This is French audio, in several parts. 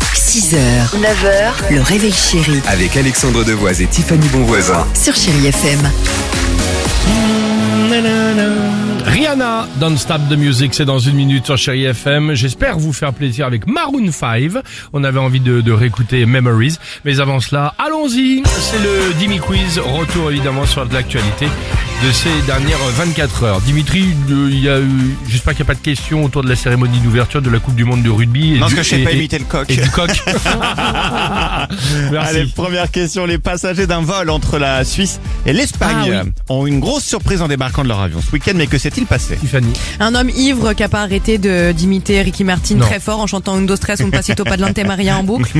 6h, 9h, le réveil chéri Avec Alexandre Devoise et Tiffany Bonvoisin. sur Chéri FM. Rihanna, Don't Stop the Music, c'est dans une minute sur Chéri FM. J'espère vous faire plaisir avec Maroon 5. On avait envie de, de réécouter Memories. Mais avant cela, allons-y. C'est le Dimi Quiz. Retour évidemment sur de l'actualité de ces dernières 24 heures. Dimitri, euh, il y a eu- j'espère qu'il n'y a pas de questions autour de la cérémonie d'ouverture de la Coupe du Monde de rugby. et Non, du- parce que je sais et- pas et- imiter le coq. Et du coq. Merci. Allez, première question. Les passagers d'un vol entre la Suisse et l'Espagne Ah oui. ont une grosse surprise en débarquant de leur avion ce week-end, mais que s'est-il passé Tiffany. Un homme ivre qui a pas arrêté de d'imiter Ricky Martin Non. très fort en chantant Undo Stress, un Pasito Padlante Maria en boucle.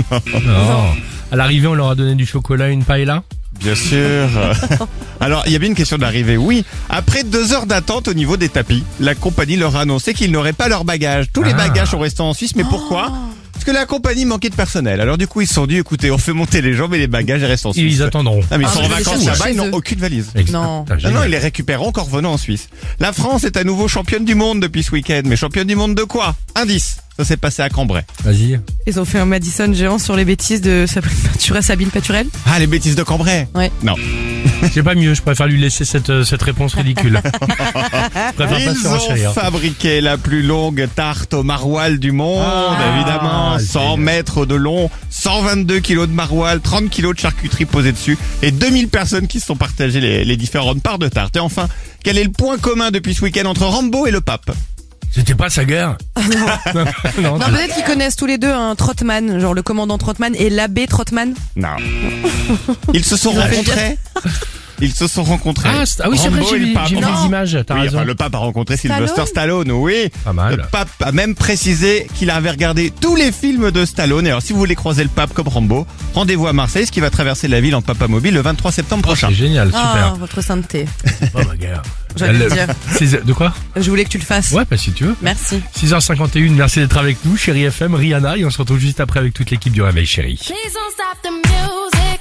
Non. À l'arrivée, on leur a donné du chocolat, une paella. Bien sûr. Alors, il y avait une question de l'arrivée, oui. Après deux heures d'attente au niveau des tapis, la compagnie leur a annoncé qu'ils n'auraient pas leurs bagages. Tous les Ah. bagages sont restés en Suisse, mais Oh. pourquoi Parce que la compagnie manquait de personnel. Alors du coup, ils se sont dit, écoutez, on fait monter les gens, mais les bagages ils restent en Suisse. Ils attendront. Non, mais ils Ah, sont mais en ils les vacances cherchent là-bas, ils chez n'ont eux. aucune valise. Non. Putain, Non, non, génial. il les récupère encore venant en Suisse. La France est à nouveau championne du monde depuis ce week-end. Mais championne du monde de quoi Indice. Ça s'est passé à Cambrai. Vas-y. Ils ont fait un Madison géant sur les bêtises de Sabrina Paturel, Sabine Paturel. Ah, les bêtises de Cambrai. Ouais. Non. C'est pas mieux, je préfère lui laisser cette, euh, cette réponse ridicule. je préfère pas Ils se hein. ont hein. renchérir. fabriqué la plus longue tarte au maroilles du monde, Ah, évidemment. c'est 100 bien. mètres de long, 122 kilos de maroilles, 30 kilos de charcuterie posée dessus et 2000 personnes qui se sont partagées les, les différentes parts de tarte. Et enfin, quel est le point commun depuis ce week-end entre Rambo et le pape C'était pas sa guerre. non, non, Non, c'est- Bah, peut-être qu'ils connaissent tous les deux un Trotman, genre le commandant Trotman et l'abbé Trotman. Non. Ils se sont rencontrés. Ils se sont rencontrés. Ah, c'est- ah oui, c'est vrai, Rambo j'ai et le vu pape. j'ai vu Non. des images, t'as Oui, raison. enfin, le pape a rencontré Sylvester Stallone Stallone, oui. Pas mal. Le pape a même précisé qu'il avait regardé tous les films de Stallone. Et alors, si vous voulez croiser le pape comme Rambo, rendez-vous à Marseille, ce qui va traverser la ville en papa mobile le 23 septembre prochain. C'est génial, Ah, super. votre sainteté. Oh, ma guerre. J'allais Elle- le dire. C'est- De quoi Je voulais que tu le fasses. Ouais, bah si tu veux. Merci. 6h51, merci d'être avec nous, chérie FM, Rihanna, et on se retrouve juste après avec toute l'équipe du Réveil, chérie. Please don't stop the music.